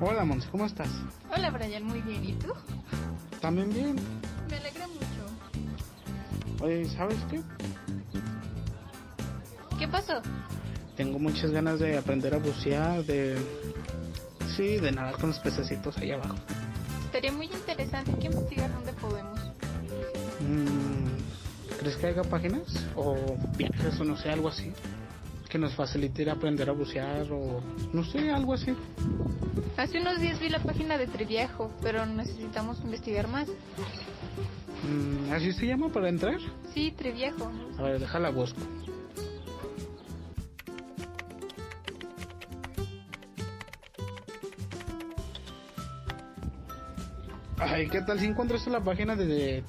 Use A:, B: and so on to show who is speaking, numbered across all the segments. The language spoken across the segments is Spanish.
A: Hola, Mons, ¿cómo estás?
B: Hola Brian, muy bien. ¿Y tú?
A: También bien.
B: Me alegra mucho.
A: Oye, ¿sabes qué?
B: ¿Qué pasó?
A: Tengo muchas ganas de aprender a bucear, de... Sí, de nadar con los pececitos ahí abajo.
B: Estaría muy interesante que investigar dónde podemos.
A: Mm, ¿Crees que haya páginas o viajes o no sé, algo así? Que nos facilite ir a aprender a bucear o no sé, algo así.
B: Hace unos días vi la página de Triviajo, pero necesitamos investigar más.
A: Mm, ¿Así se llama para entrar?
B: Sí, Triviajo.
A: A ver, déjala busco. Ay, ¿qué tal si encontraste la página de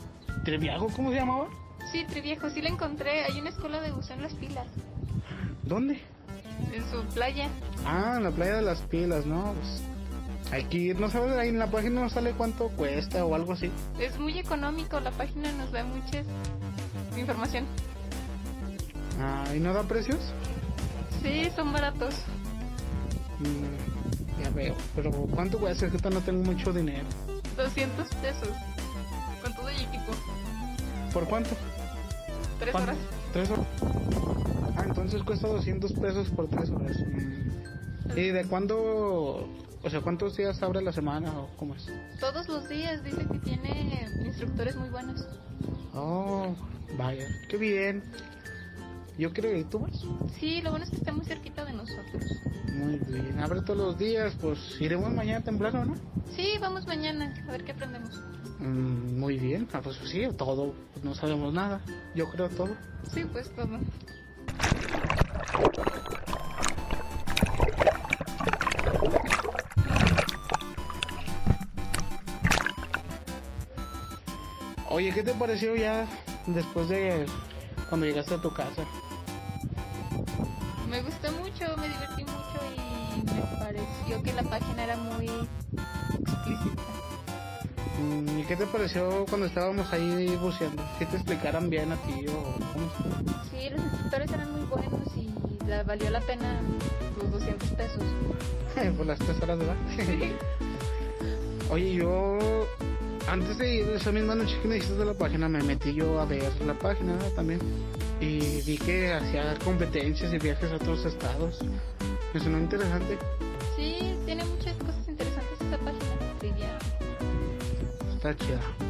A: Treviajo? ¿Cómo se llamaba?
B: Sí, Triviajo, sí la encontré. Hay una escuela de buceo en las pilas,
A: ¿Dónde?
B: en su playa.
A: Ah, en la playa de las pilas, ¿no? Pues, hay que ir, no sabes, ahí en la página no sale cuánto cuesta o algo así.
B: Es muy económico, la página nos da mucha información.
A: Ah, ¿y no da precios?
B: Sí, son baratos.
A: Mm, ya veo, pero ¿cuánto cuesta? Es que ahorita no tengo mucho dinero.
B: 200 pesos. Con todo el equipo.
A: ¿Por cuánto?
B: Tres
A: ¿Cuánto?
B: horas.
A: ¿Tres horas? Ah, entonces cuesta 200 pesos por tres horas. Mm. ¿Y de cuándo? O sea, ¿cuántos días abre la semana o cómo es?
B: Todos los días dice que tiene instructores muy buenos.
A: Oh, vaya, qué bien. Yo quiero ir, ¿tú vas?
B: Sí, lo bueno es que está muy cerquita de nosotros.
A: Muy bien, abre todos los días, pues iremos mañana temprano, ¿no?
B: Sí, vamos mañana a ver qué aprendemos.
A: Mm, muy bien, ah, pues sí, todo, no sabemos nada, yo creo todo.
B: Sí, pues todo.
A: Oye, ¿qué te pareció ya después de cuando llegaste a tu casa?
B: Me gustó mucho, me divertí mucho y me pareció que la página era muy explícita.
A: Mm, ¿Y qué te pareció cuando estábamos ahí buceando? ¿Qué te explicaran bien a ti o cómo?
B: Sí, los instructores eran muy buenos y la- valió la pena los 200 pesos.
A: Por las tres horas, ¿verdad? Oye, yo antes de ir esa misma noche que me dijiste de la página, me metí yo a ver la página ¿verdad? también. Y vi que hacía competencias y viajes a otros estados. Me sonó interesante.
B: Sí, tiene muchas cosas interesantes esa página. Trivia.
A: Está chida.